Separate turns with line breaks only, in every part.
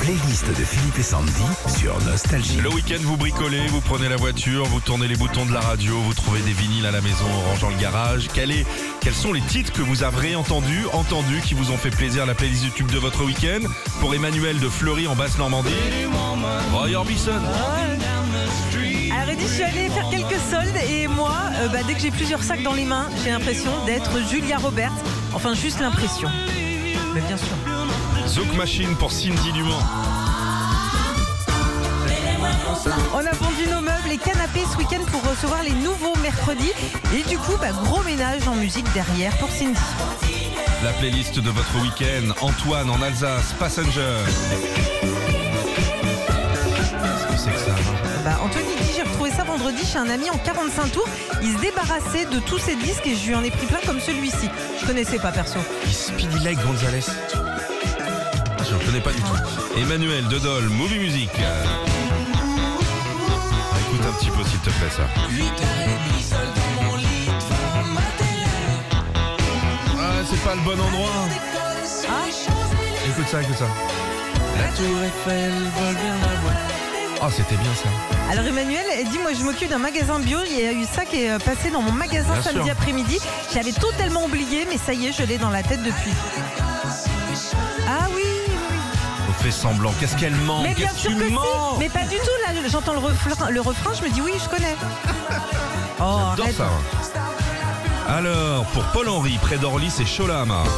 playlist de Philippe et Sandy sur Nostalgie.
Le week-end, vous bricolez, vous prenez la voiture, vous tournez les boutons de la radio, vous trouvez des vinyles à la maison en rangeant le garage. Quel est- quels sont les titres que vous avez entendus, entendus, qui vous ont fait plaisir à la playlist YouTube de votre week-end Pour Emmanuel de Fleury en Basse-Normandie, Roy Orbison.
Alors Edith, je suis allée faire quelques soldes et moi, euh, bah, dès que j'ai plusieurs sacs dans les mains, j'ai l'impression d'être Julia Roberts. Enfin, juste l'impression. Mais bien sûr.
Zouk Machine pour Cindy Dumont.
On a vendu nos meubles et canapés ce week-end pour recevoir les nouveaux mercredis. Et du coup, bah, gros ménage en musique derrière pour Cindy.
La playlist de votre week-end, Antoine en Alsace, Passenger. Qu'est-ce que c'est que ça
Bah, Anthony dit, j'ai retrouvé ça vendredi chez un ami en 45 tours. Il se débarrassait de tous ses disques et je lui en ai pris plein comme celui-ci. Je connaissais pas perso.
Il Speedy Leg Gonzalez. Ah, je ne connais pas du tout. Emmanuel Dedol, Movie Music. Euh, Écoute un petit peu s'il te plaît ça. Ah, c'est pas le bon endroit. Écoute ça, écoute ça. La tour Eiffel vole vers la voie. Oh, c'était bien ça.
Alors Emmanuel, elle dit moi je m'occupe d'un magasin bio, il y a eu ça qui est euh, passé dans mon magasin
Bien
samedi
sûr.
après-midi. J'avais totalement oublié, mais ça y est, je l'ai dans la tête depuis. Ah oui, oui, oui.
On fait semblant. Qu'est-ce qu'elle ment
mais bien
Qu'est-ce
sûr
que
que
tu
si,
mens
mais pas du tout. Là, j'entends le refrain, le refrain, je me dis oui, je connais. Oh,
J'adore
arrête.
ça. Alors, pour Paul-Henri, près d'Orly, c'est Cholama.
Là,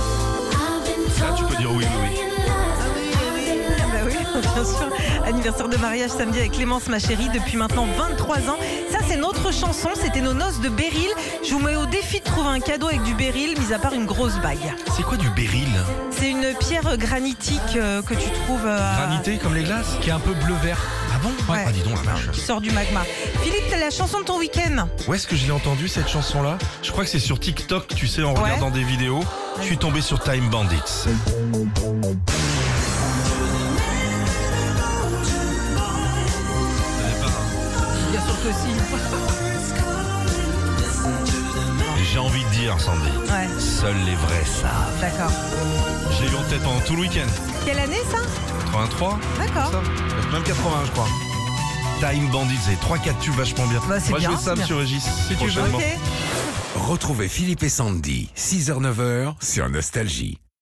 Ah, tu peux dire oui, oui, oui.
Ah bah oui, bien sûr. Anniversaire de mariage samedi avec Clémence, ma chérie, depuis maintenant 23 ans. Ça, c'est notre chanson. C'était nos noces de Béryl. Je vous mets au défi de trouver un cadeau avec du Béryl, mis à part une grosse bague.
C'est quoi du béryl
C'est une pierre granitique euh, que tu trouves euh,
Granité comme les glaces
qui est un peu bleu vert.
Ah bon
Ouais.
Ah dis donc la marche.
qui sort du magma. Philippe, t'as la chanson de ton week-end.
Où est-ce que je l'ai entendu cette chanson là Je crois que c'est sur TikTok, tu sais, en
Ouais.
regardant des vidéos. Je suis tombé sur Time Bandits.
Bien sûr que si.
J'ai envie de dire, Sandy,
Ouais,
seuls les vrais savent.
d'accord.
J'ai eu en tête pendant tout le week-end.
Quelle année ça
83
D'accord.
ça Même 80, je crois. Time Bandits et 3-4 tubes vachement bien.
Bah, c'est
Moi, je
bien,
vais ça
c'est bien.
sur Régis. Si
tu veux.
Ok.
Retrouvez Philippe et Sandy, 6h-9h sur Nostalgie.